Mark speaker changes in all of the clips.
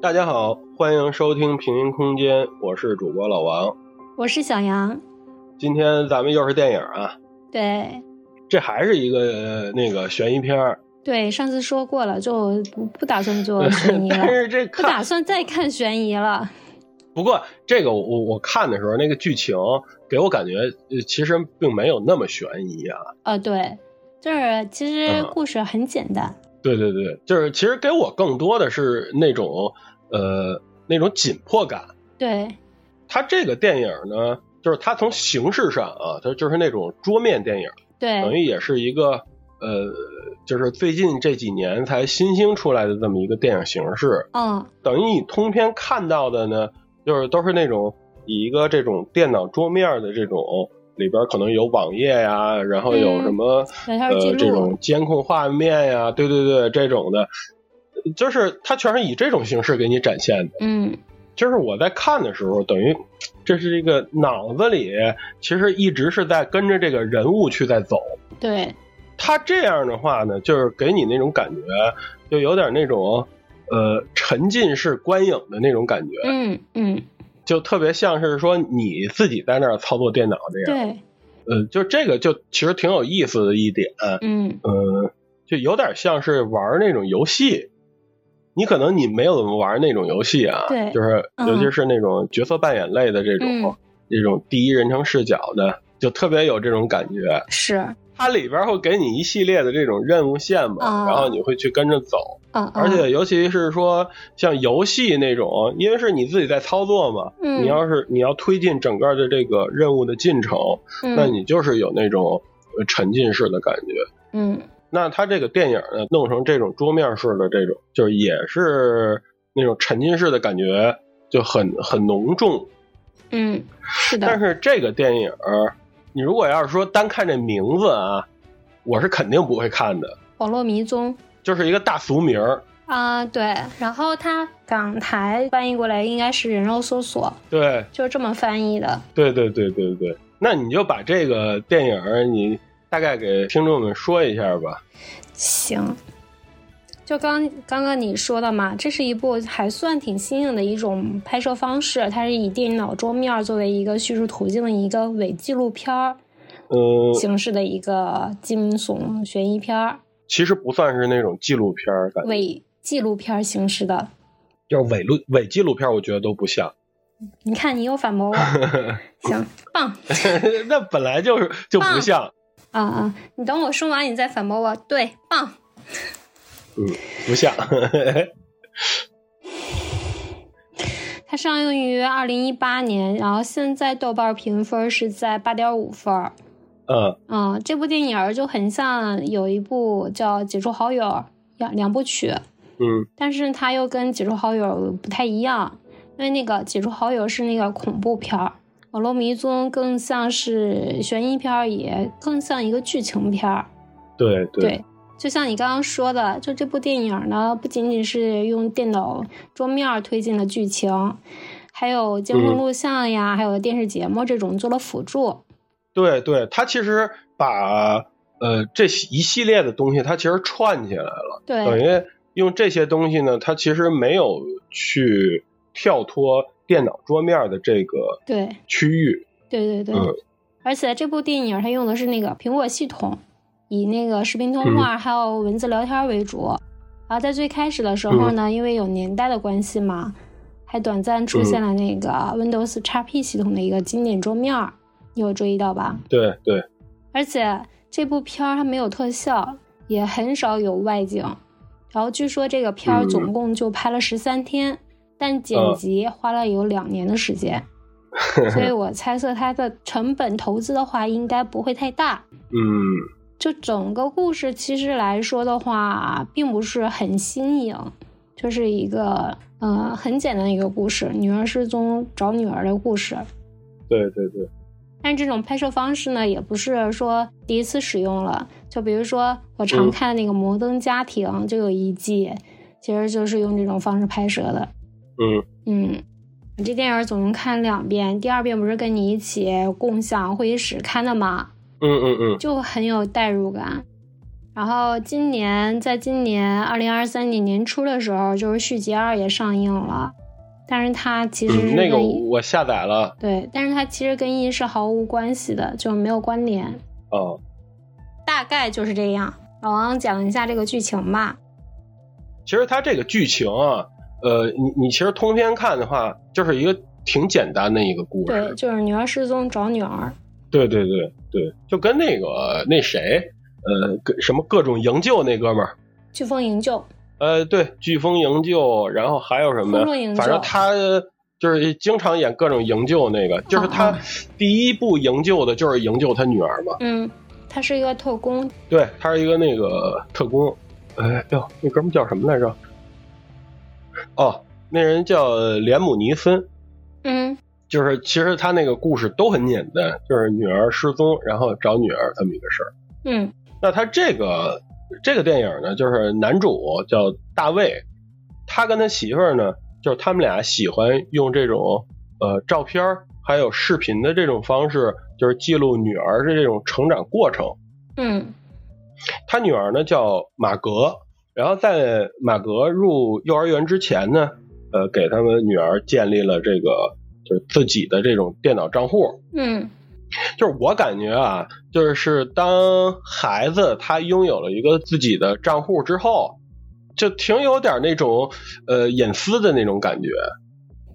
Speaker 1: 大家好，欢迎收听平行空间，我是主播老王。
Speaker 2: 我是小杨，
Speaker 1: 今天咱们又是电影啊，
Speaker 2: 对
Speaker 1: 这还是一个、呃那个悬疑片儿，
Speaker 2: 对，上次说过了，就不不打 算做哦悬疑
Speaker 1: 但
Speaker 2: 了，
Speaker 1: 是这
Speaker 2: 不打
Speaker 1: 看
Speaker 2: 算再看悬疑了。
Speaker 1: 不过这个我我我看的时候，那个剧情给我感觉呃其实并没有那么悬疑啊。
Speaker 2: 呃，对，就是其实
Speaker 1: 嗯
Speaker 2: 故事很简单，
Speaker 1: 对对对，就是其实给我更多的是那种呃那种紧迫感。
Speaker 2: 对
Speaker 1: 它这个电影呢，就是它从形式上啊，它就是那种桌面电影，等
Speaker 2: 对
Speaker 1: 于也是一个呃，就是最近这几年才新兴出来的这么一个电影形式。
Speaker 2: 嗯，
Speaker 1: 等于你通篇看到的呢，就是都是那种以一个这种电脑桌面的这种。里边可能有网页呀、然后有
Speaker 2: 嗯
Speaker 1: 什么、
Speaker 2: 聊天记
Speaker 1: 呃这
Speaker 2: 录，
Speaker 1: 种监控画面呀、对对对，这种的，就是它全是以这种形式给你展现的。
Speaker 2: 嗯，
Speaker 1: 就是我在看的时候，等于这是一个脑子里其实一直是在跟着这个人物去在走。
Speaker 2: 对
Speaker 1: 他这样的话呢，就是给你那种感觉，就有点那种呃沉浸式观影的那种感觉，
Speaker 2: 嗯嗯
Speaker 1: 就特别像是说你自己在那儿操作电脑这样。
Speaker 2: 对
Speaker 1: 呃，就这个就其实挺有意思的一点，
Speaker 2: 嗯
Speaker 1: 呃，就有点像是玩那种游戏。你可能你没有怎么玩那种游戏啊，
Speaker 2: 对
Speaker 1: 就是
Speaker 2: 嗯
Speaker 1: 尤其是那种角色扮演类的这种、
Speaker 2: 嗯
Speaker 1: 这种第一人称视角的，就特别有这种感觉。
Speaker 2: 是啊
Speaker 1: 它里边会给你一系列的这种任务线嘛，
Speaker 2: 啊
Speaker 1: 然后你会去跟着走，
Speaker 2: 啊，
Speaker 1: 而且尤其是说像游戏那种，因为是你自己在操作嘛，
Speaker 2: 嗯
Speaker 1: 你要是你要推进整个的这个任务的进程，那
Speaker 2: 嗯
Speaker 1: 你就是有那种呃沉浸式的感觉。
Speaker 2: 嗯
Speaker 1: 那他这个电影呢，弄成这种桌面式的这种，就是也是那种沉浸式的感觉，就很很浓重。
Speaker 2: 嗯是
Speaker 1: 但
Speaker 2: 的，
Speaker 1: 是这个电影儿，你如果要是说单看这名字啊，我是肯定不会看的，
Speaker 2: 网络迷踪。
Speaker 1: 就是一个大俗名儿。
Speaker 2: 啊、对，然后它港台翻译过来应该是人肉搜索，
Speaker 1: 对
Speaker 2: 就这么翻译的。
Speaker 1: 对对对对对，那你就把这个电影儿你大概给听众们说一下吧。
Speaker 2: 行，就刚刚刚你说的嘛，这是一部还算挺新颖的一种拍摄方式，它是以电脑桌面儿作为一个叙述途径的一个伪纪录片儿
Speaker 1: 嗯，
Speaker 2: 形式的一个惊悚悬疑片儿，
Speaker 1: 其实不算是那种纪录片儿感觉，
Speaker 2: 伪纪录片儿形式的。
Speaker 1: 就是伪录伪纪录片儿，我觉得都不像。
Speaker 2: 你看，你又反驳我，行，棒
Speaker 1: 那本来就是就不像，
Speaker 2: 啊啊！你等我说完，你再反驳我，对，棒。
Speaker 1: 嗯，不像。
Speaker 2: 它上映于二零一八年，然后现在豆瓣儿评分是在八点五分儿。
Speaker 1: 嗯，
Speaker 2: 嗯，这部电影儿就很像有一部叫《解除好友》两两部曲，
Speaker 1: 嗯，
Speaker 2: 但是它又跟《解除好友》不太一样，因为那个《解除好友》是那个恐怖片儿，《网络迷踪》更像是悬疑片儿，也更像一个剧情片儿。
Speaker 1: 对
Speaker 2: 对，，就像你刚刚说的，就这部电影呢，不仅仅是用电脑桌面儿推进了剧情，还有监控
Speaker 1: 嗯
Speaker 2: 录像呀，还有电视节目这种做了辅助。
Speaker 1: 对对，他其实把呃这一系列的东西，它其实串起来了，
Speaker 2: 对，
Speaker 1: 等于用这些东西呢，它其实没有去跳脱电脑桌面的这个
Speaker 2: 对，
Speaker 1: 区域。
Speaker 2: 对对对，
Speaker 1: 嗯
Speaker 2: 而且这部电影它用的是那个苹果系统，以那个视频通
Speaker 1: 嗯
Speaker 2: 话还有文字聊天为主。然后在最开始的时候
Speaker 1: 嗯
Speaker 2: 呢，因为有年代的关系嘛，还短暂出
Speaker 1: 嗯
Speaker 2: 现了那个 Windows XP 系统的一个经典桌面儿，你有注意到吧？
Speaker 1: 对对，
Speaker 2: 而且这部片儿它没有特效，也很少有外景。然后据说这个片儿
Speaker 1: 嗯
Speaker 2: 总共就拍了十三天，但剪
Speaker 1: 嗯
Speaker 2: 辑花了有两年的时间， 所以我猜测它的成本投资的话应该不会太大。
Speaker 1: 嗯，
Speaker 2: 就整个故事其实来说的话，并不是很新颖，就是一个呃很简单的一个故事，女儿失踪找女儿的故事。
Speaker 1: 对对对，
Speaker 2: 但这种拍摄方式呢，也不是说第一次使用了。就比如说我常
Speaker 1: 嗯
Speaker 2: 看那个《摩登家庭》，就有一季，其实就是用这种方式拍摄的。
Speaker 1: 嗯
Speaker 2: 嗯，我这电影总共看两遍，第二遍不是跟你一起共享会议室看的吗？
Speaker 1: 嗯嗯嗯，
Speaker 2: 就很有代入感。然后今年，在今年二零二三年年初的时候，就是《续集二》也上映了，但是它其实是
Speaker 1: 嗯，那个
Speaker 2: 跟
Speaker 1: 我下载了
Speaker 2: 对，但是它其实跟一是毫无关系的，就没有关联，
Speaker 1: 啊，
Speaker 2: 大概就是这样。老王讲一下这个剧情吧。
Speaker 1: 其实它这个剧情啊，呃，你你其实通篇看的话，就是一个挺简单的一个故
Speaker 2: 对，
Speaker 1: 事，
Speaker 2: 就是女儿失踪找女儿，
Speaker 1: 对对对对，就跟那个那谁，呃，各什么各种营救那哥们儿，
Speaker 2: 飓风营救，
Speaker 1: 呃，对，飓风营救，然后还有什么
Speaker 2: 风中营
Speaker 1: 呀？
Speaker 2: 救
Speaker 1: 反正他就是经常演各种营救那个，就是他
Speaker 2: 啊
Speaker 1: 第一部营救的就是营救他女儿嘛。
Speaker 2: 嗯，他是一个特工，
Speaker 1: 对，他是一个那个特工。哎呦，那哥们叫什么来着？哦，那人叫连姆尼森。
Speaker 2: 嗯，
Speaker 1: 就是其实他那个故事都很简单，就是女儿失踪，然后找女儿这么一个事儿。
Speaker 2: 嗯，
Speaker 1: 那他这个这个电影呢，就是男主叫大卫，他跟他媳妇儿呢，就是他们俩喜欢用这种呃照片儿还有视频的这种方式，就是记录女儿的这种成长过程。
Speaker 2: 嗯，
Speaker 1: 他女儿呢叫马格，然后在马格入幼儿园之前呢，呃，给他们女儿建立了这个就是自己的这种电脑账户。
Speaker 2: 嗯，
Speaker 1: 就是我感觉啊，就是当孩子他拥有了一个自己的账户之后，就挺有点那种呃隐私的那种感觉，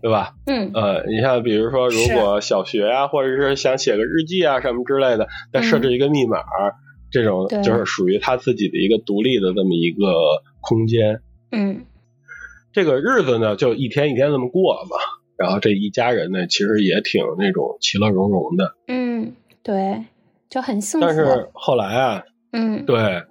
Speaker 1: 对吧？
Speaker 2: 嗯，
Speaker 1: 呃，你像比如说，如
Speaker 2: 是
Speaker 1: 果小学啊，或者是想写个日记啊什么之类的，再设置一个密码，这种
Speaker 2: 嗯对
Speaker 1: 就是属于他自己的一个独立的这么一个空间。
Speaker 2: 嗯，
Speaker 1: 这个日子呢，就一天一天这么过嘛。然后这一家人呢，其实也挺那种其乐融融的。
Speaker 2: 嗯，对，就很幸
Speaker 1: 但
Speaker 2: 福，
Speaker 1: 是后来啊，
Speaker 2: 嗯，
Speaker 1: 对，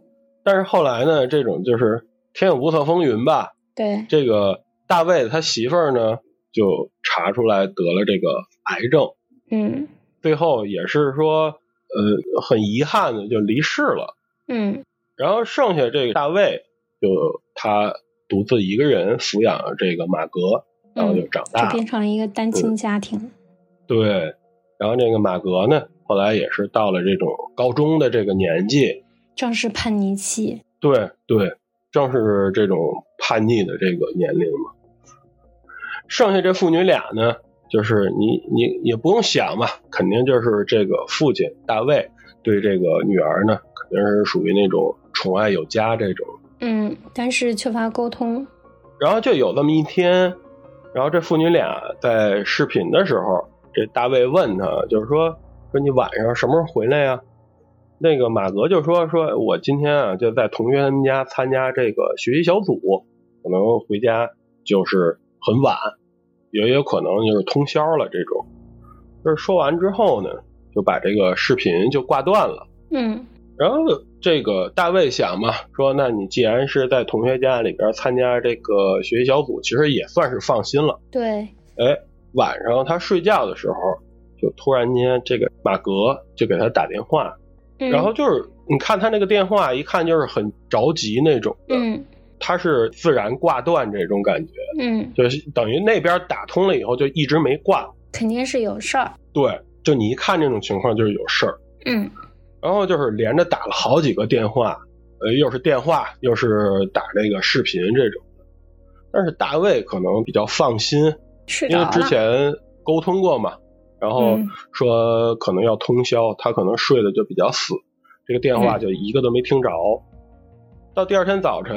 Speaker 1: 但是后来呢，这种就是天有不测风云吧。
Speaker 2: 对，
Speaker 1: 这个大卫他媳妇儿呢，就查出来得了这个癌症，
Speaker 2: 嗯，
Speaker 1: 最后也是说，呃，很遗憾的就离世了。
Speaker 2: 嗯，
Speaker 1: 然后剩下这个大卫，就他独自一个人抚养这个马格，然后就
Speaker 2: 嗯，
Speaker 1: 长
Speaker 2: 就
Speaker 1: 大。了。
Speaker 2: 变成了一个单亲家庭，
Speaker 1: 对，然后这个马格呢，后来也是到了这种高中的这个年纪，
Speaker 2: 正是叛逆期，
Speaker 1: 对对，正是这种叛逆的这个年龄嘛。剩下这父女俩呢，就是你你也不用想嘛，肯定就是这个父亲大卫对这个女儿呢，肯定是属于那种宠爱有加这种。
Speaker 2: 嗯，但是缺乏沟通，
Speaker 1: 然后就有这么一天，然后这父女俩在视频的时候，这大卫问他，就是说说你晚上什么时候回来呀、那个马格就说说我今天啊就在同学他们家参加这个学习小组，可能回家就是很晚，也有可能就是通宵了这种。就是说完之后呢，就把这个视频就挂断了。
Speaker 2: 嗯，
Speaker 1: 然后这个大卫想嘛，说那你既然是在同学家里边参加这个学习小组，其实也算是放心了。
Speaker 2: 对，
Speaker 1: 哎，晚上他睡觉的时候，就突然间这个马格就给他打电话，
Speaker 2: 嗯，
Speaker 1: 然后就是你看他那个电话，一看就是很着急那种的，
Speaker 2: 嗯，
Speaker 1: 他是自然挂断这种感觉，
Speaker 2: 嗯，
Speaker 1: 就是等于那边打通了以后就一直没挂。
Speaker 2: 肯定是有事儿，
Speaker 1: 对，就你一看这种情况就是有事儿。
Speaker 2: 嗯，
Speaker 1: 然后就是连着打了好几个电话，呃，又是电话，又是打这个视频这种。但是大卫可能比较放心，
Speaker 2: 睡
Speaker 1: 因
Speaker 2: 着
Speaker 1: 为
Speaker 2: 了，
Speaker 1: 之前沟通过嘛，然后
Speaker 2: 嗯
Speaker 1: 说可能要通宵，他可能睡得就比较死，这个电
Speaker 2: 嗯
Speaker 1: 话就一个都没听着。到第二天早晨，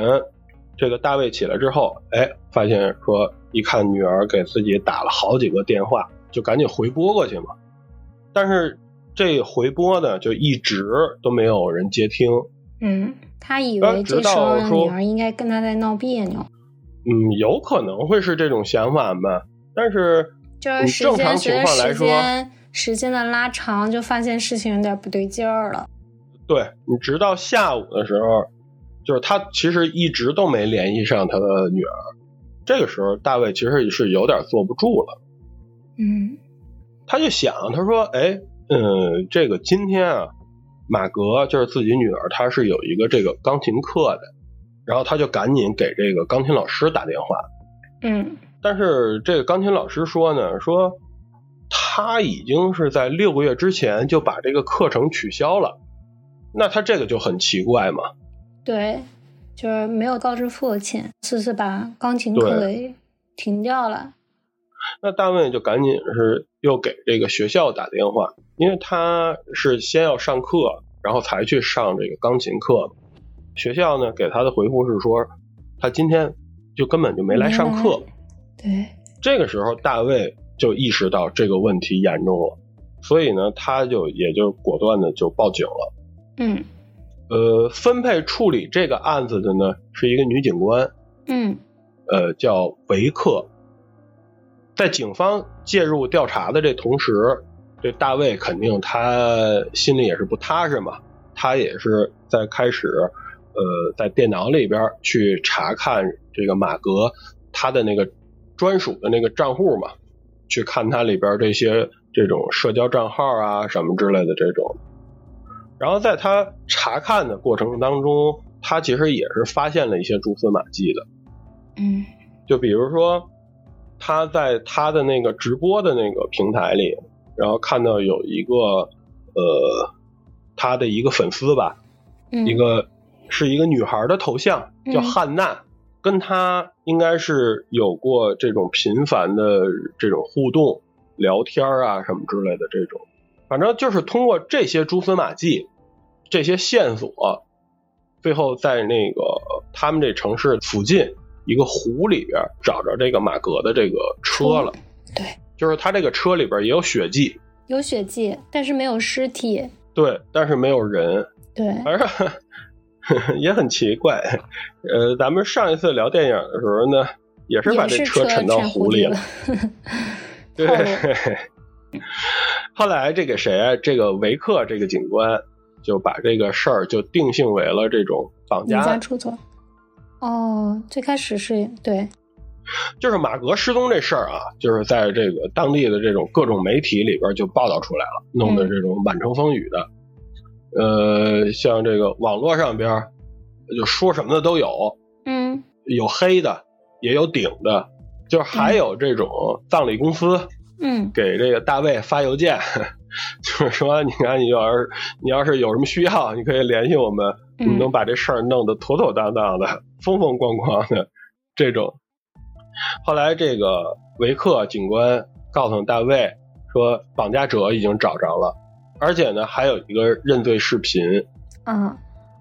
Speaker 1: 这个大卫起来之后，哎，发现说一看女儿给自己打了好几个电话，就赶紧回拨过去嘛。但是这回拨呢，就一直都没有人接听，
Speaker 2: 嗯，他以
Speaker 1: 呃
Speaker 2: 为
Speaker 1: 直
Speaker 2: 这时
Speaker 1: 到
Speaker 2: 候
Speaker 1: 说
Speaker 2: 女儿应该跟他在闹别扭，
Speaker 1: 嗯，有可能会是这种想法吧，但是
Speaker 2: 就是
Speaker 1: 嗯
Speaker 2: 时
Speaker 1: 正常
Speaker 2: 间随
Speaker 1: 情
Speaker 2: 着
Speaker 1: 况来
Speaker 2: 时
Speaker 1: 说，
Speaker 2: 间时间的拉长，就发现事情有点不对劲儿了。
Speaker 1: 对你直到下午的时候，就是他其实一直都没联系上他的女儿。这个时候，大卫其实是有点坐不住了，
Speaker 2: 嗯
Speaker 1: 他就想，他说：“哎，嗯，这个今天啊，马格就是自己女儿，她是有一个这个钢琴课的，然后他就赶紧给这个钢琴老师打电话。
Speaker 2: 嗯
Speaker 1: 但是这个钢琴老师说呢，说他已经是在六个月之前就把这个课程取消了，那他这个就很奇怪嘛。
Speaker 2: 对，就是没有告知父亲，思思把钢琴课给停掉了。
Speaker 1: 那大卫就赶紧是又给这个学校打电话，因为他是先要上课，然后才去上这个钢琴课。学校呢给他的回复是说，他今天就根本就没来上课。
Speaker 2: 对，
Speaker 1: 这个时候大卫就意识到这个问题严重了，所以呢，他就也就果断的就报警了。
Speaker 2: 嗯，
Speaker 1: 呃，分配处理这个案子的呢是一个女警官，
Speaker 2: 嗯，
Speaker 1: 呃，叫维克。在警方介入调查的这同时，这大卫肯定他心里也是不踏实嘛，他也是在开始，呃，在电脑里边去查看这个马格他的那个专属的那个账户嘛，去看他里边这些这种社交账号啊什么之类的这种。然后在他查看的过程当中，他其实也是发现了一些蛛丝马迹的，
Speaker 2: 嗯，
Speaker 1: 就比如说。他在他的那个直播的那个平台里，然后看到有一个呃，他的一个粉丝吧，
Speaker 2: 嗯
Speaker 1: 一个是一个女孩的头像，
Speaker 2: 嗯
Speaker 1: 叫汉娜，跟他应该是有过这种频繁的这种互动、聊天啊什么之类的这种，反正就是通过这些蛛丝马迹、这些线索，最后在那个他们这城市附近一个湖里边找着这个马格的这个车了，
Speaker 2: 对，
Speaker 1: 就是他这个车里边也有血迹，
Speaker 2: 有血迹，但是没有尸体。
Speaker 1: 对，但是没有人，
Speaker 2: 对，
Speaker 1: 反正 也很奇怪。呃，咱们上一次聊电影的时候呢，也是把
Speaker 2: 也
Speaker 1: 这
Speaker 2: 是车
Speaker 1: 沉到湖里
Speaker 2: 了。
Speaker 1: 对
Speaker 2: 套路，
Speaker 1: 后来这个谁，啊这个维克这个警官就把这个事儿就定性为了这种绑
Speaker 2: 离
Speaker 1: 架
Speaker 2: 家
Speaker 1: 案，
Speaker 2: 出走。哦，最开始是对，
Speaker 1: 就是马格失踪这事儿啊，就是在这个当地的这种各种媒体里边就报道出来了，弄得这种满城风雨的。呃，像这个网络上边儿就说什么的都有，
Speaker 2: 嗯
Speaker 1: 有黑的，也有顶的，就是还有这种葬礼公司
Speaker 2: 嗯，
Speaker 1: 给这个大卫发邮件， 就是说，你看，你要是你要是有什么需要，你可以联系我们，我们
Speaker 2: 嗯
Speaker 1: 能把这事儿弄得妥妥当当的、风风光光的这种。后来，这个维克警官告诉大卫说，绑架者已经找着了，而且呢，还有一个认罪视频。
Speaker 2: 啊，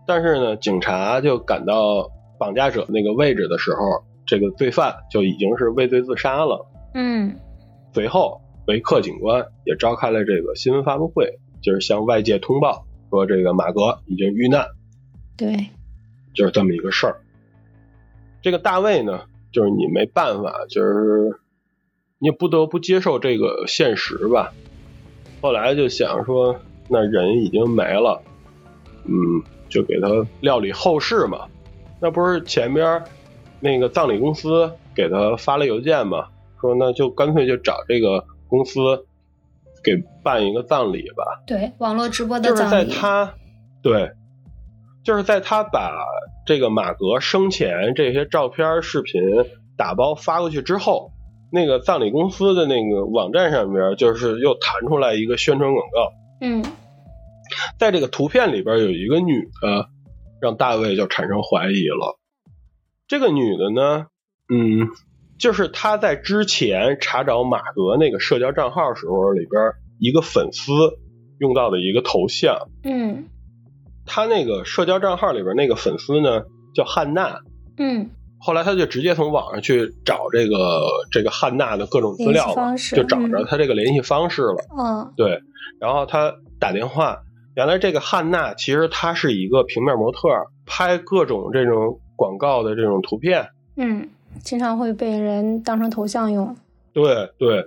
Speaker 1: 但是呢，警察就赶到绑架者那个位置的时候，这个罪犯就已经是畏罪自杀了。
Speaker 2: 嗯
Speaker 1: 随后，维克警官也召开了这个新闻发布会，就是向外界通报说这个马格已经遇难，
Speaker 2: 对，
Speaker 1: 就是这么一个事儿。这个大卫呢，就是你没办法，就是你不得不接受这个现实吧。后来就想说，那人已经没了，嗯，就给他料理后事嘛。那不是前边儿那个葬礼公司给他发了邮件嘛，说那就干脆就找这个公司给办一个葬礼吧。
Speaker 2: 对，网络直播的
Speaker 1: 就是
Speaker 2: 葬
Speaker 1: 在
Speaker 2: 礼，
Speaker 1: 他对，就是在他把这个马格生前这些照片、视频打包发过去之后，那个葬礼公司的那个网站上面，就是又弹出来一个宣传广告，
Speaker 2: 嗯
Speaker 1: 在这个图片里边有一个女的，让大卫就产生怀疑了。这个女的呢，嗯，就是她在之前查找马格那个社交账号时候里边一个粉丝用到的一个头像。
Speaker 2: 嗯
Speaker 1: 他那个社交账号里边那个粉丝呢叫汉娜，
Speaker 2: 嗯，
Speaker 1: 后来他就直接从网上去找这个这个汉娜的各种资料
Speaker 2: 联系
Speaker 1: 嘛，
Speaker 2: 方式嗯
Speaker 1: 就找着他这个联系方式了。
Speaker 2: 哦，
Speaker 1: 对，然后他打电话，原来这个汉娜其实她是一个平面模特，拍各种这种广告的这种图片，
Speaker 2: 嗯，经常会被人当成头像用，
Speaker 1: 对对，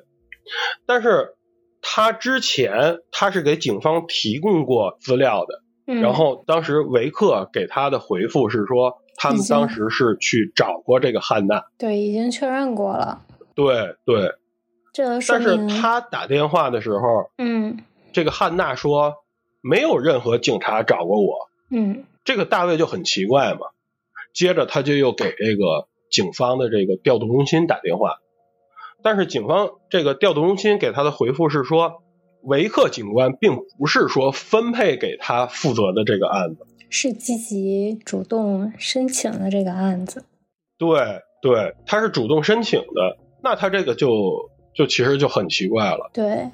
Speaker 1: 但是他之前他是给警方提供过资料的，
Speaker 2: 嗯，
Speaker 1: 然后当时维克给他的回复是说，他们
Speaker 2: 已经
Speaker 1: 当时是去找过这个汉娜，
Speaker 2: 对，已经确认过了，
Speaker 1: 对对。
Speaker 2: 这个说
Speaker 1: 但是
Speaker 2: 明，
Speaker 1: 他打电话的时候，
Speaker 2: 嗯
Speaker 1: 这个汉娜说没有任何警察找过我，
Speaker 2: 嗯
Speaker 1: 这个大卫就很奇怪嘛。接着他就又给这个警方的这个调度中心打电话，但是警方这个调度中心给他的回复是说，维克警官并不是说分配给他负责的这个案子。
Speaker 3: 是积极主动申请的这个案子。
Speaker 1: 对对，他是主动申请的，那他这个就就其实就很奇怪了。
Speaker 3: 对，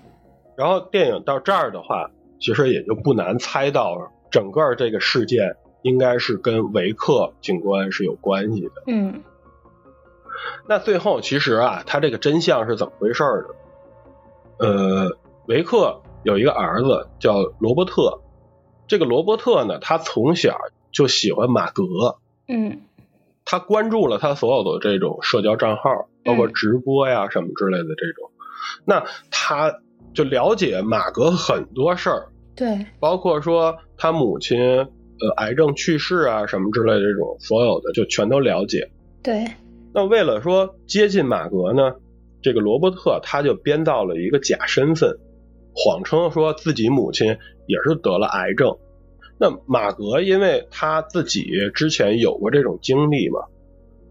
Speaker 1: 然后电影到这儿的话，其实也就不难猜到整个这个事件应该是跟维克警官是有关系的。
Speaker 3: 嗯
Speaker 1: 那最后其实啊，他这个真相是怎么回事儿呢？呃，维克有一个儿子叫罗伯特，这个罗伯特呢，他从小就喜欢马格，
Speaker 3: 嗯
Speaker 1: 他关注了他所有的这种社交账号，包括
Speaker 3: 嗯
Speaker 1: 直播呀什么之类的这种。那他就了解马格很多事儿，
Speaker 3: 对，
Speaker 1: 包括说他母亲呃癌症去世啊什么之类的这种，所有的就全都了解。
Speaker 3: 对，
Speaker 1: 那为了说接近马格呢，这个罗伯特他就编造了一个假身份，谎称说自己母亲也是得了癌症。那马格因为他自己之前有过这种经历嘛，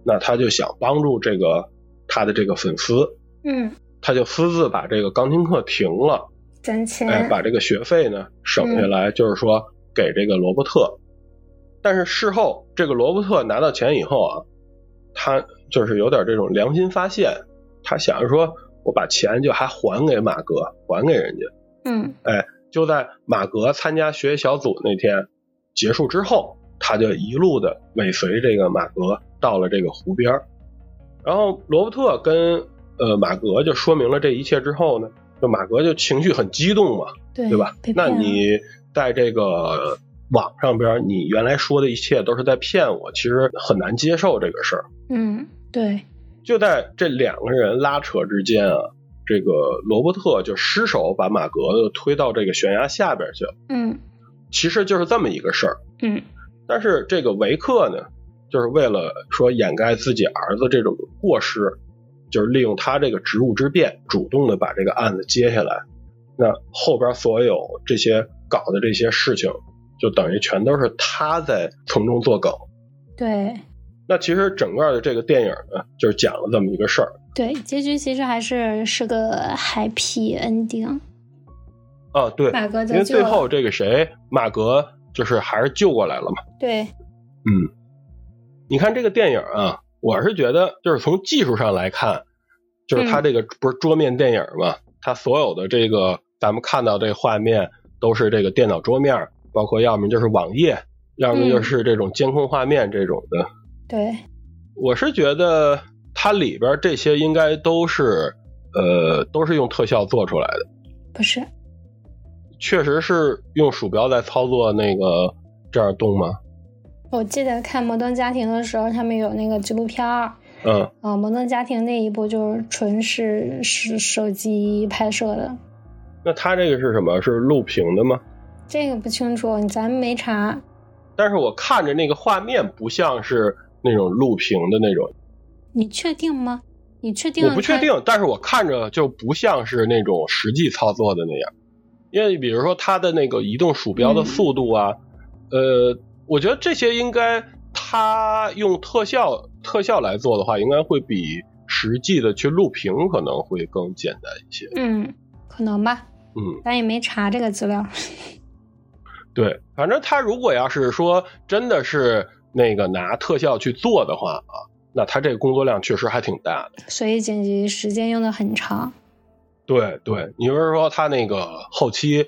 Speaker 1: 那他就想帮助这个他的这个粉丝，
Speaker 3: 嗯，
Speaker 1: 他就私自把这个钢琴课停了，
Speaker 3: 攒钱，
Speaker 2: 嗯
Speaker 1: 哎，把这个学费呢省下来，就是说给这个罗伯特。但是事后，这个罗伯特拿到钱以后啊，他就是有点这种良心发现，他想着说，我把钱就还还给马哥，还给人家。
Speaker 3: 嗯
Speaker 1: 就在马格参加学习小组那天结束之后，他就一路的尾随这个马格到了这个湖边儿然后罗伯特跟呃马格就说明了这一切之后呢，就马格就情绪很激动嘛，
Speaker 3: 对，
Speaker 1: 对吧
Speaker 3: 被？
Speaker 1: 那
Speaker 3: 骗
Speaker 2: 啊
Speaker 3: 了
Speaker 1: 你在这个网上边儿，你原来说的一切都是在骗我，其实很难接受这个事儿。
Speaker 3: 嗯对，
Speaker 1: 就在这两个人拉扯之间啊，这个罗伯特就失手把马格推到这个悬崖下边去了。
Speaker 3: 嗯
Speaker 1: 其实就是这么一个事儿。
Speaker 3: 嗯
Speaker 1: 但是这个维克呢，就是为了说掩盖自己儿子这种过失，就是利用他这个职务之便，主动的把这个案子接下来。那后边所有这些搞的这些事情，就等于全都是他在从中作梗。
Speaker 3: 对
Speaker 1: 那其实整个的这个电影呢，就是讲了这么一个事儿
Speaker 3: 对，结局其实还是是个 happy ending。
Speaker 1: 啊，对，
Speaker 3: 马哥
Speaker 1: 因
Speaker 3: 在救
Speaker 1: 为最
Speaker 3: 了，
Speaker 1: 后这个谁马格就是还是救过来了嘛。
Speaker 3: 对
Speaker 1: 嗯，你看这个电影啊，我是觉得就是从技术上来看，就是它这个不是桌面电影嘛，它所有的这个咱们看到这画面都是这个电脑桌面，包括要么就是网页，要么就是这种监控画面这种的。
Speaker 3: 对，
Speaker 1: 我是觉得它里边这些应该都是呃都是用特效做出来的。
Speaker 3: 不是，
Speaker 1: 确实是用鼠标在操作那个这样动吗？
Speaker 3: 我记得看《摩登家庭》的时候，他们有那个纪录片儿。
Speaker 1: 嗯，
Speaker 3: 啊，《摩登家庭》那一部就是纯是是手机拍摄的，
Speaker 1: 那它这个是什么？是录屏的吗？
Speaker 3: 这个不清楚，咱没查。
Speaker 1: 但是我看着那个画面不像是那种录屏的那种，
Speaker 2: 你确定吗？你确定？
Speaker 1: 我不确。定，但是我看着就不像是那种实际操作的那样，因为比如说它的那个移动鼠标的速度啊，呃，我觉得这些应该它用特效特效来做的话，应该会比实际的去录屏可能会更简单一些。
Speaker 3: 嗯，可能吧，
Speaker 1: 嗯，
Speaker 3: 咱也没查这个资料。
Speaker 1: 对，反正它如果要是说真的是那个拿特效去做的话啊，那它这个工作量确实还挺大的。
Speaker 3: 所以剪辑时间用的很长。
Speaker 1: 对对，你不是说他那个后期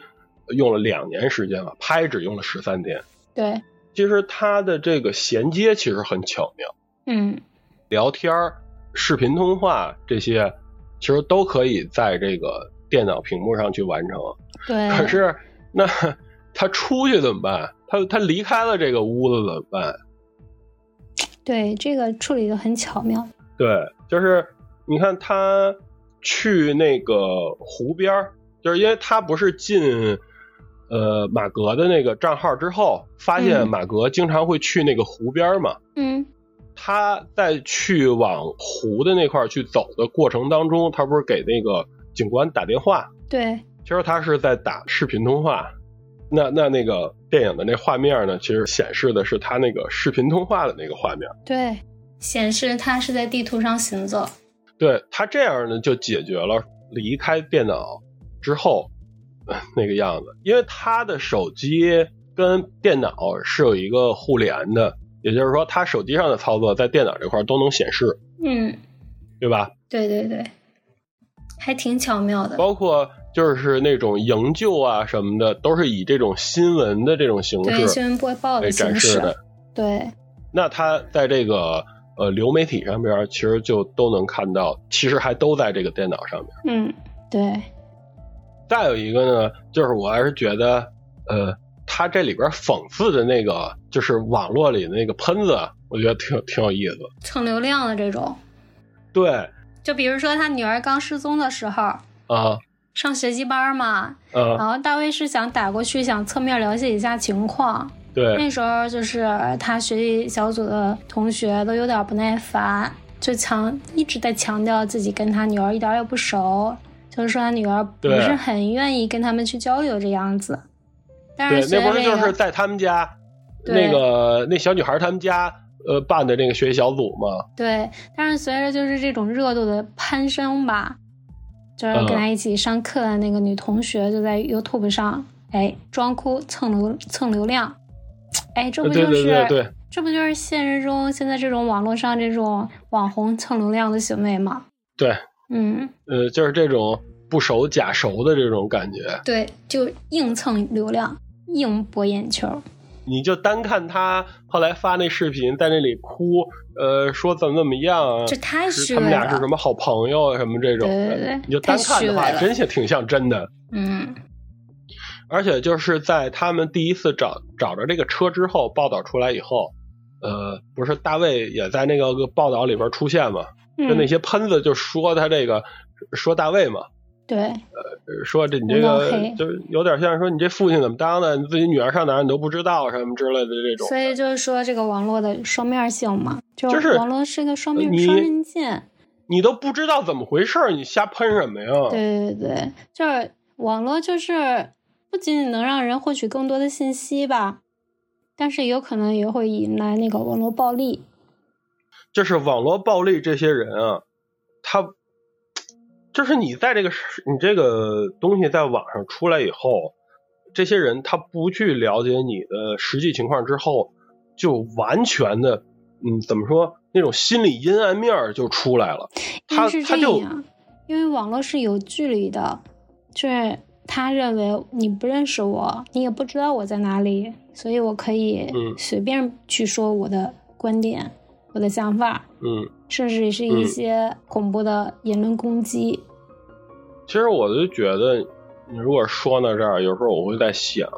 Speaker 1: 用了两年时间嘛，拍只用了十三天。
Speaker 3: 对，
Speaker 1: 其实他的这个衔接其实很巧妙，
Speaker 3: 嗯，
Speaker 1: 聊天儿、视频通话这些，其实都可以在这个电脑屏幕上去完成。
Speaker 3: 对。
Speaker 2: 嗯
Speaker 1: 可是那 他出去怎么办？他他离开了这个屋子怎么办？
Speaker 3: 对这个处理的很巧妙。
Speaker 1: 对，就是你看他去那个湖边儿，就是因为他不是进呃马格的那个账号之后，发现
Speaker 3: 嗯
Speaker 1: 马格经常会去那个湖边儿嘛。
Speaker 3: 嗯，
Speaker 1: 他在去往湖的那块儿去走的过程当中，他不是给那个警官打电话，
Speaker 3: 对
Speaker 1: 其实他是在打视频通话。那那那个电影的那画面呢，其实显示的是他那个视频通话的那个画面。
Speaker 3: 对，显示他是在地图上行走。
Speaker 1: 对他这样呢，就解决了离开电脑之后呃那个样子，因为他的手机跟电脑是有一个互联的，也就是说，他手机上的操作在电脑这块都能显示，
Speaker 3: 嗯，
Speaker 1: 对吧？
Speaker 3: 对对对，还挺巧妙的。
Speaker 1: 包括就是那种营救啊什么的，都是以这种新闻的这种形
Speaker 3: 对
Speaker 1: 式
Speaker 3: 新闻播报
Speaker 1: 来
Speaker 3: 的
Speaker 1: 展
Speaker 3: 形
Speaker 1: 示
Speaker 3: 式，
Speaker 1: 的。
Speaker 3: 对
Speaker 1: 那他在这个呃流媒体上边，其实就都能看到，其实还都在这个电脑上面。
Speaker 2: 嗯，
Speaker 3: 对，
Speaker 1: 再有一个呢，就是我还是觉得，呃，他这里边讽刺的那个，就是网络里的那个喷子，我觉得挺挺有意思。
Speaker 2: 蹭流量的这种，
Speaker 1: 对
Speaker 2: 就比如说他女儿刚失踪的时候，
Speaker 1: 啊
Speaker 2: 上学习班嘛，
Speaker 1: 啊，
Speaker 2: 然后大卫是想打过去，想侧面了解一下情况。
Speaker 1: 对
Speaker 2: 那时候就是他学习小组的同学都有点不耐烦，就强一直在强调自己跟他女儿一点儿也不熟，就是说他女儿不
Speaker 1: 对
Speaker 2: 是很愿意跟他们去交流这样子。但
Speaker 1: 对
Speaker 2: 是，随
Speaker 1: 那
Speaker 2: 着
Speaker 1: 不是
Speaker 2: 这
Speaker 1: 就是
Speaker 2: 个，
Speaker 1: 在他们家
Speaker 2: 对
Speaker 1: 那个那小女孩他们家呃办的那个学习小组吗？
Speaker 2: 对，但是随着就是这种热度的攀升吧，就是跟
Speaker 1: 嗯
Speaker 2: 他一起上课的那个女同学就在 YouTube 上，哎，装哭蹭流蹭流量，哎，这
Speaker 1: 对
Speaker 2: 不就
Speaker 1: 呃对
Speaker 2: 是
Speaker 1: 对对对，
Speaker 2: 这不就是现实中现在这种网络上这种网红蹭流量的行为吗？
Speaker 1: 对，
Speaker 2: 嗯，
Speaker 1: 呃，就是这种不熟假熟的这种感觉。
Speaker 2: 对，就硬蹭流量，硬博眼球。
Speaker 1: 你就单看他后来发那视频，在那里哭，呃，说怎么怎么样啊，
Speaker 2: 这太
Speaker 1: 是
Speaker 2: 虚
Speaker 1: 他们
Speaker 2: 伪
Speaker 1: 俩是
Speaker 2: 了
Speaker 1: 什么好朋友啊什么这种的，
Speaker 2: 对对对
Speaker 1: 你就单看的话，
Speaker 3: 太虚伪了
Speaker 1: 真是挺像真的。
Speaker 2: 嗯，
Speaker 1: 而且就是在他们第一次找找着这个车之后，报道出来以后，呃，不是大卫也在那个报道里边出现嘛？就那
Speaker 2: 嗯，
Speaker 1: 些喷子就说他这个说大卫嘛，
Speaker 2: 对，
Speaker 1: 呃说这你这
Speaker 2: 闹
Speaker 1: 个
Speaker 2: 黑
Speaker 1: 就是有点像说你这父亲怎么当的，你自己女儿上哪儿你都不知道什么之类的这种。
Speaker 2: 所以就是说这个网络的双面性嘛，就
Speaker 1: 就是
Speaker 2: 网络是一个双面
Speaker 1: 你
Speaker 2: 双刃剑。
Speaker 1: 你都不知道怎么回事儿，你瞎喷什么呀？
Speaker 2: 对对对，就是网络就是不仅仅能让人获取更多的信息吧，但是有可能也会引来那个网络暴力。
Speaker 1: 就是网络暴力这些人啊，他就是你在这个世你这个东西在网上出来以后，这些人他不去了解你的实际情况之后，就完全的嗯，怎么说那种心理阴暗面儿就出来了。
Speaker 2: 因为
Speaker 1: 他
Speaker 2: 是
Speaker 1: 他
Speaker 2: 这
Speaker 1: 就
Speaker 2: 样，因为网络是有距离的，就是他认为你不认识我，你也不知道我在哪里，所以我可以
Speaker 1: 嗯
Speaker 2: 随便去说我的观点、我的想法，
Speaker 1: 嗯，
Speaker 2: 甚至是
Speaker 1: 嗯
Speaker 2: 一些恐怖的言论攻击。
Speaker 1: 其实我就觉得，你如果说到这儿，有时候我会在想，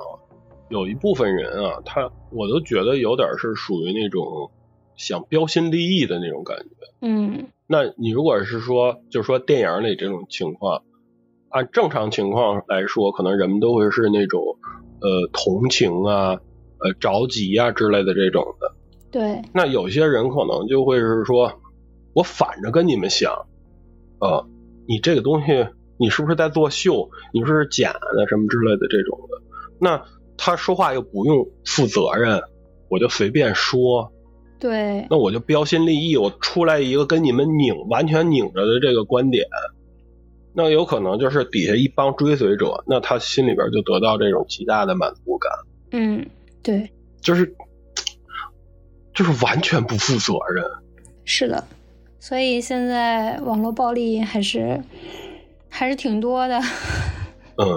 Speaker 1: 有一部分人啊，他我都觉得有点是属于那种想标新立异的那种感觉。
Speaker 2: 嗯，
Speaker 1: 那你如果是说，就是说电影里这种情况，按正常情况来说，可能人们都会是那种呃同情啊、呃着急啊之类的这种的。
Speaker 2: 对，
Speaker 1: 那有些人可能就会是说，我反着跟你们想，啊，你这个东西你是不是在作秀？你是不是假的什么之类的这种的？那他说话又不用负责任，我就随便说，
Speaker 2: 对，
Speaker 1: 那我就标新立异，我出来一个跟你们拧完全拧着的这个观点，那有可能就是底下一帮追随者，那他心里边就得到这种极大的满足感，
Speaker 2: 嗯，对，
Speaker 1: 就是。就是完全不负责任，
Speaker 2: 是的。所以现在网络暴力还是还是挺多的。
Speaker 1: 嗯，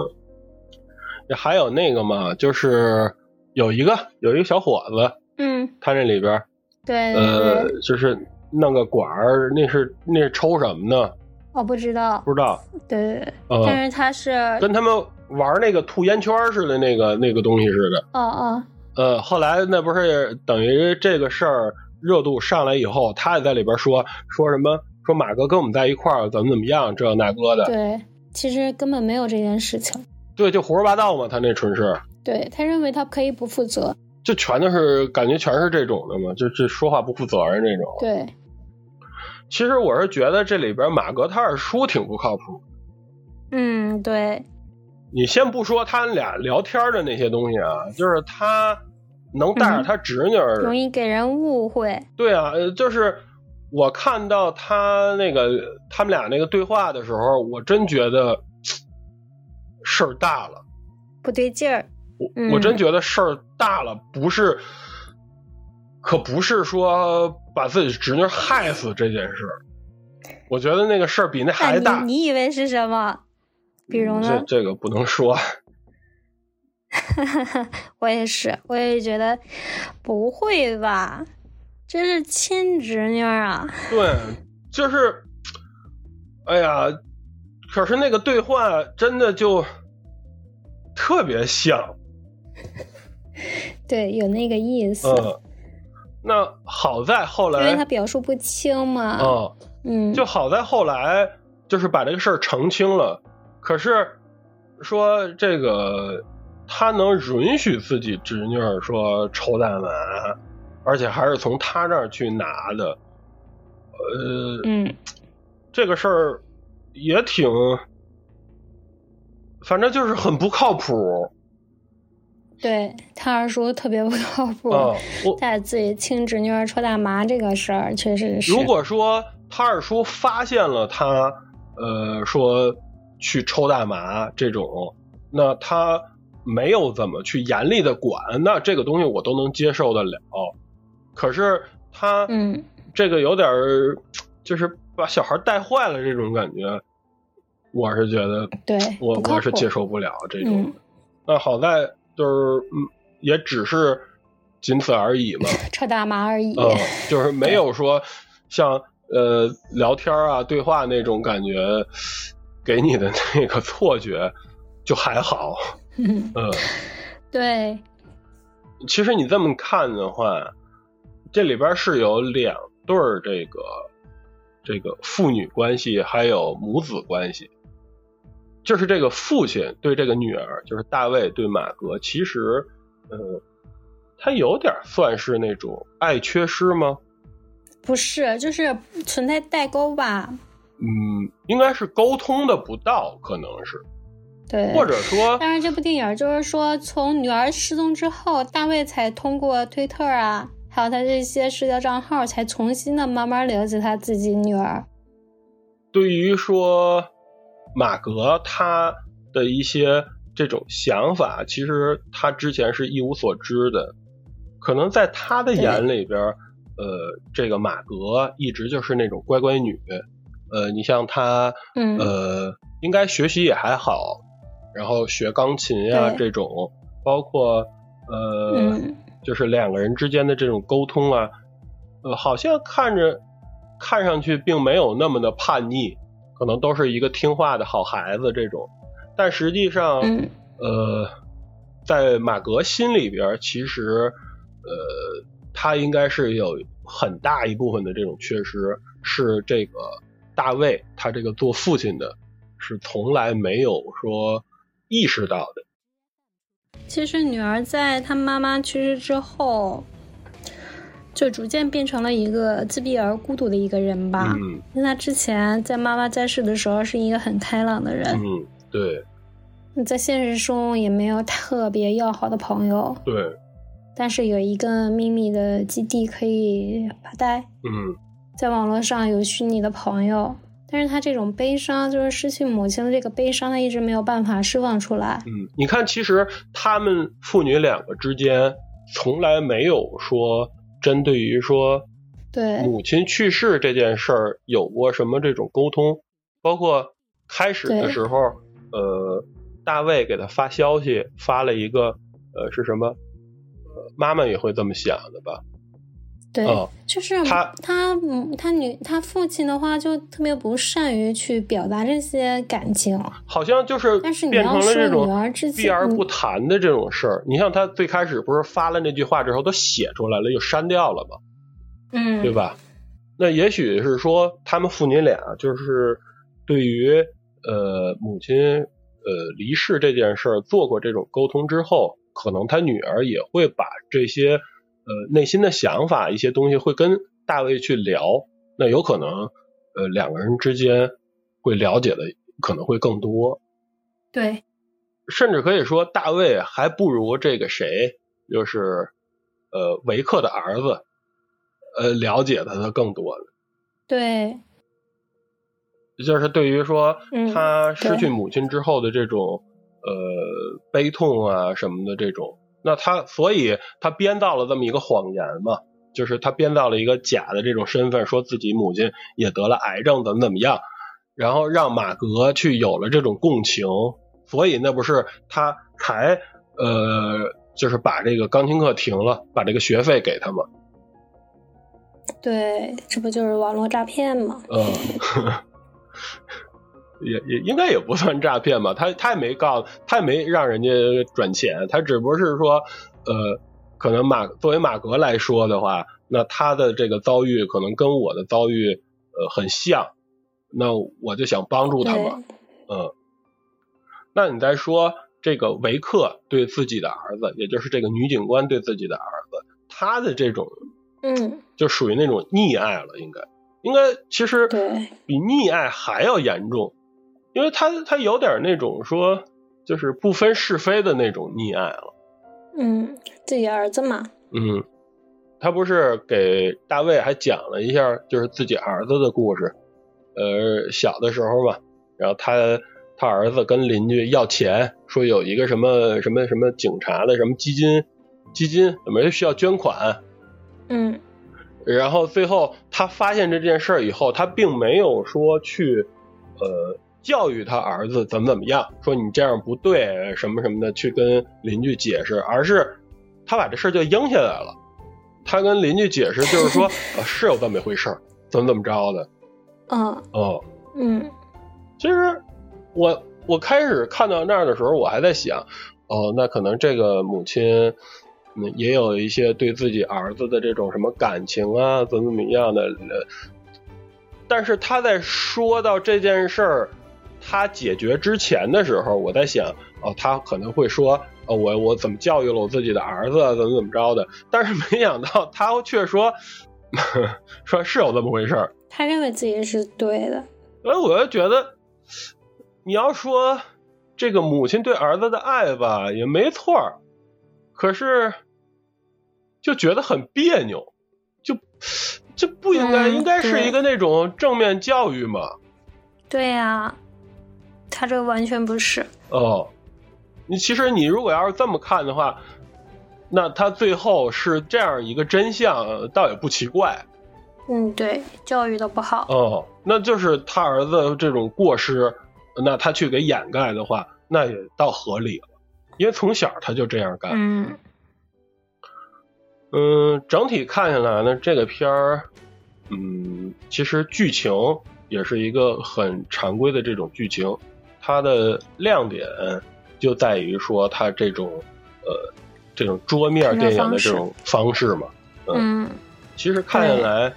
Speaker 1: 那还有那个嘛，就是有一个有一个小伙子，
Speaker 2: 嗯，
Speaker 1: 他那里边儿
Speaker 2: 对对对，
Speaker 1: 呃，就是弄个管儿，那是那是抽什么呢？
Speaker 2: 我不知道
Speaker 1: 不，知道，
Speaker 2: 对对对，
Speaker 1: 呃，
Speaker 2: 但是他是
Speaker 1: 跟他们玩那个吐烟圈儿似的那个那个东西似的。
Speaker 2: 哦哦，
Speaker 1: 呃，后来那不是等于这个事儿热度上来以后，他也在里边说说什么，说马哥跟我们在一块儿怎么怎么样，这那哥的，
Speaker 2: 对，其实根本没有这件事情。
Speaker 1: 对，就胡说八道嘛，他那纯是。
Speaker 2: 对他认为他可以不负责，
Speaker 1: 就全都是感觉全是这种的嘛，就就说话不负责任这种。
Speaker 2: 对，
Speaker 1: 其实我是觉得这里边马格塔尔叔挺不靠谱。
Speaker 2: 嗯，对，
Speaker 1: 你先不说他俩聊天的那些东西啊，就是他能带着他侄女儿，
Speaker 2: 嗯容易给人误会，
Speaker 1: 对啊，呃就是我看到他那个他们俩那个对话的时候，我真觉得事儿大了。
Speaker 2: 不对劲儿，
Speaker 3: 嗯
Speaker 2: 嗯
Speaker 1: 我我真觉得事儿大了，不是，可不是说把自己侄女害死这件事儿。我觉得那个事儿
Speaker 3: 哎
Speaker 1: 比那还
Speaker 2: 那
Speaker 1: 大。
Speaker 2: 你你以为是什么？比如
Speaker 1: 这
Speaker 2: 呢？
Speaker 1: 这个不 能说，
Speaker 2: 我也是，我也觉得不会吧？这是亲侄女儿啊！
Speaker 1: 对，就是，哎呀，可是那个对话真的就特别像，
Speaker 3: 对，有那个意思，
Speaker 1: 嗯。那好在后
Speaker 3: 因为
Speaker 1: 来
Speaker 3: 他，表述不清嘛。
Speaker 1: 嗯，
Speaker 3: 嗯，
Speaker 1: 就好在后来就是把这个事儿澄清了，可是说这个他能允许自己侄女儿说抽蛋丸，而且还是从他这儿去拿的，呃，
Speaker 2: 嗯，
Speaker 1: 这个事儿也挺，反正就是很不靠谱
Speaker 3: 对他二叔特别不靠
Speaker 2: 嗯
Speaker 3: 谱，
Speaker 1: 啊。我
Speaker 3: 带自己亲侄女儿抽大麻这个事儿，确实是。
Speaker 1: 如果说他二叔发现了他，呃，说去抽大麻这种，那他没有怎么去严厉的管，那这个东西我都能接受得了。可是他
Speaker 3: 嗯，
Speaker 1: 这个有点儿，就是把小孩带坏了这种感觉，我是觉得
Speaker 3: 对，
Speaker 1: 我
Speaker 3: 不靠
Speaker 1: 我
Speaker 3: 谱
Speaker 1: 是。接受不了这种。
Speaker 3: 嗯，
Speaker 1: 那好在就是，嗯，也只是仅此而已嘛。
Speaker 3: 抽大麻而已。
Speaker 1: 嗯，就是没有说像呃聊天啊、对话那种感觉给你的那个错觉，就还好。
Speaker 3: 嗯，
Speaker 1: 嗯，
Speaker 3: 对，
Speaker 1: 其实你这么看的话，这里边是有两对儿这个这个父女关系，还有母子关系。就是这个父亲对这个女儿，就是大卫对马格，其实，嗯，他有点算是那种爱缺失吗？
Speaker 2: 不是，就是存在代沟吧？
Speaker 1: 嗯，应该是沟通的不到，可能是，
Speaker 3: 对，
Speaker 1: 或者说，
Speaker 2: 但是这部电影就是说，从女儿失踪之后，大卫才通过推特啊，还有他这些社交账号，才重新的慢慢了解他自己女儿。
Speaker 1: 对于说马格他的一些这种想法，其实他之前是一无所知的，可能在他的眼里边，呃，这个马格一直就是那种乖乖女，呃，你像他，
Speaker 2: 嗯
Speaker 1: 呃，应该学习也还好，然后学钢琴啊
Speaker 3: 对
Speaker 1: 这种，包括呃。
Speaker 3: 嗯，
Speaker 1: 就是两个人之间的这种沟通啊，呃，好像看着看上去并没有那么的叛逆，可能都是一个听话的好孩子这种，但实际上，
Speaker 3: 嗯
Speaker 1: 呃，在马格心里边儿，其实呃，他应该是有很大一部分的这种缺失，是这个大卫他这个做父亲的，是从来没有说意识到的。
Speaker 2: 其实女儿在她妈妈去世之后，就逐渐变成了一个自闭而孤独的一个人吧。
Speaker 1: 嗯
Speaker 2: 因为她之前在妈妈在世的时候是一个很开朗的人，
Speaker 1: 嗯，对嗯
Speaker 2: 在现实中也没有特别要好的朋友，
Speaker 1: 对，
Speaker 2: 但是有一个秘密的基地可以发呆，
Speaker 1: 嗯。
Speaker 2: 在网络上有虚拟的朋友。但是她这种悲伤，就是失去母亲的这个悲伤，她一直没有办法释放出来。
Speaker 1: 嗯，你看，其实他们父女两个之间从来没有说针对于说
Speaker 3: 对，
Speaker 1: 母亲去世这件事儿有过什么这种沟通，包括开始的
Speaker 3: 对
Speaker 1: 时候，呃，大卫给他发消息，发了一个呃是什么，呃妈妈也会这么想的吧？
Speaker 3: 对，
Speaker 1: 啊、
Speaker 2: 就是
Speaker 1: 他
Speaker 2: 他母他女他父亲的话就特别不善于去表达这些感情，
Speaker 1: 好像就是
Speaker 2: 但是你
Speaker 1: 变成
Speaker 2: 要
Speaker 1: 了
Speaker 2: 说
Speaker 1: 这种
Speaker 2: 女儿之
Speaker 1: 避
Speaker 2: 间，
Speaker 1: 而不
Speaker 2: 嗯
Speaker 1: 谈的这种事儿。你像他最开始不是发了那句话之后都写出来了，又删掉了吗？对
Speaker 2: 嗯
Speaker 1: 吧？那也许是说他们父女俩就是对于呃母亲呃离世这件事儿做过这种沟通之后，可能他女儿也会把这些呃内心的想法一些东西会跟大卫去聊，那有可能呃两个人之间会了解的可能会更多，
Speaker 2: 对
Speaker 1: 甚至可以说大卫还不如这个谁，就是呃维克的儿子，呃了解他的更多了。
Speaker 2: 对，
Speaker 1: 就是对于说
Speaker 2: 嗯
Speaker 1: 他失去
Speaker 3: 对
Speaker 1: 母亲之后的这种、呃悲痛啊什么的这种。那他所以他编造了这么一个谎言嘛，就是他编造了一个假的这种身份，说自己母亲也得了癌症，怎么怎么样，然后让马格去有了这种共情，所以那不是他才呃就是把这个钢琴课停了，把这个学费给他嘛。
Speaker 3: 对，这不就是网络诈骗吗？
Speaker 1: 嗯， 呵呵也也应该也不算诈骗吧，他他也没告，他也没让人家转钱，他只不过是说，呃，可能马作为马格来说的话，那他的这个遭遇可能跟我的遭遇呃很像，那我就想帮助他嘛，嗯。那你再说这个维克对自己的儿子，也就是这个女警官对自己的儿子，他的这种。
Speaker 3: 嗯，
Speaker 1: 就属于那种溺爱了，应该，应该其实
Speaker 3: 对
Speaker 1: 比溺爱还要严重，因为他他有点那种说就是不分是非的那种溺爱了。
Speaker 3: 嗯，自己儿子嘛，
Speaker 1: 嗯，他不是给大卫还讲了一下就是自己儿子的故事，呃，小的时候嘛，然后他他儿子跟邻居要钱，说有一个什么什么什么警察的什么基金基金怎么需要捐款。
Speaker 3: 嗯
Speaker 1: 然后最后他发现这件事儿以后，他并没有说去，呃，教育他儿子怎么怎么样，说你这样不对什么什么的，去跟邻居解释，而是他把这事儿就应下来了。他跟邻居解释，就是说、呃是有这么一回事儿，怎么怎么着的。
Speaker 3: 啊
Speaker 1: 哦、
Speaker 3: 嗯
Speaker 1: 其实我我开始看到那儿的时候，我还在想，哦，那可能这个母亲，嗯，也有一些对自己儿子的这种什么感情啊，怎么怎么样的。呃，但是他在说到这件事儿，他解决之前的时候，我在想，哦，他可能会说，哦，我我怎么教育了我自己的儿子，啊怎么怎么着的。但是没想到他却说， 说是有这么回事儿，
Speaker 3: 他认为自己是对的，
Speaker 1: 哎，我就觉得，你要说这个母亲对儿子的爱吧，也没错儿，可是就觉得很别扭，就这不应该，
Speaker 3: 嗯
Speaker 1: 应该是
Speaker 3: 对
Speaker 1: 一个那种正面教育嘛。
Speaker 3: 对呀、他这个完全不是，
Speaker 1: 哦，你其实你如果要是这么看的话，那他最后是这样一个真相，倒也不奇怪。
Speaker 3: 嗯，对，教育的不好，
Speaker 1: 哦，那就是他儿子这种过失，那他去给掩盖的话，那也倒合理了，因为从小他就这样干。
Speaker 3: 嗯
Speaker 1: 嗯，整体看下来呢，这个片儿，嗯，其实剧情也是一个很常规的这种剧情，它的亮点就在于说它这种呃这种桌面电影的这种方式嘛。
Speaker 3: 嗯
Speaker 1: 其实看下来，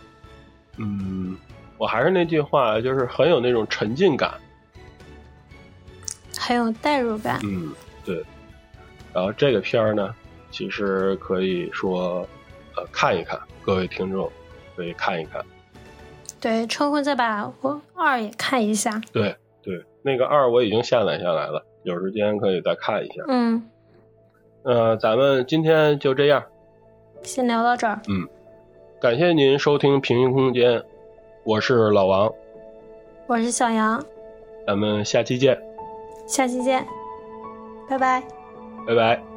Speaker 1: 嗯，我还是那句话，就是很有那种沉浸感。
Speaker 3: 很有代入感，
Speaker 1: 嗯，对。然后这个片儿呢，其实可以说，呃，看一看，各位听众可以看一看。
Speaker 3: 对，抽空再把我二也看一下，
Speaker 1: 对对，那个二我已经下载下来了，有时间可以再看一下。
Speaker 3: 嗯，
Speaker 1: 呃，咱们今天就这样，
Speaker 3: 先聊到这儿，
Speaker 1: 感谢您收听平行空间，我是老王，
Speaker 3: 我是小杨，
Speaker 1: 咱们下期见，
Speaker 3: 下期见，拜拜。
Speaker 1: 拜拜。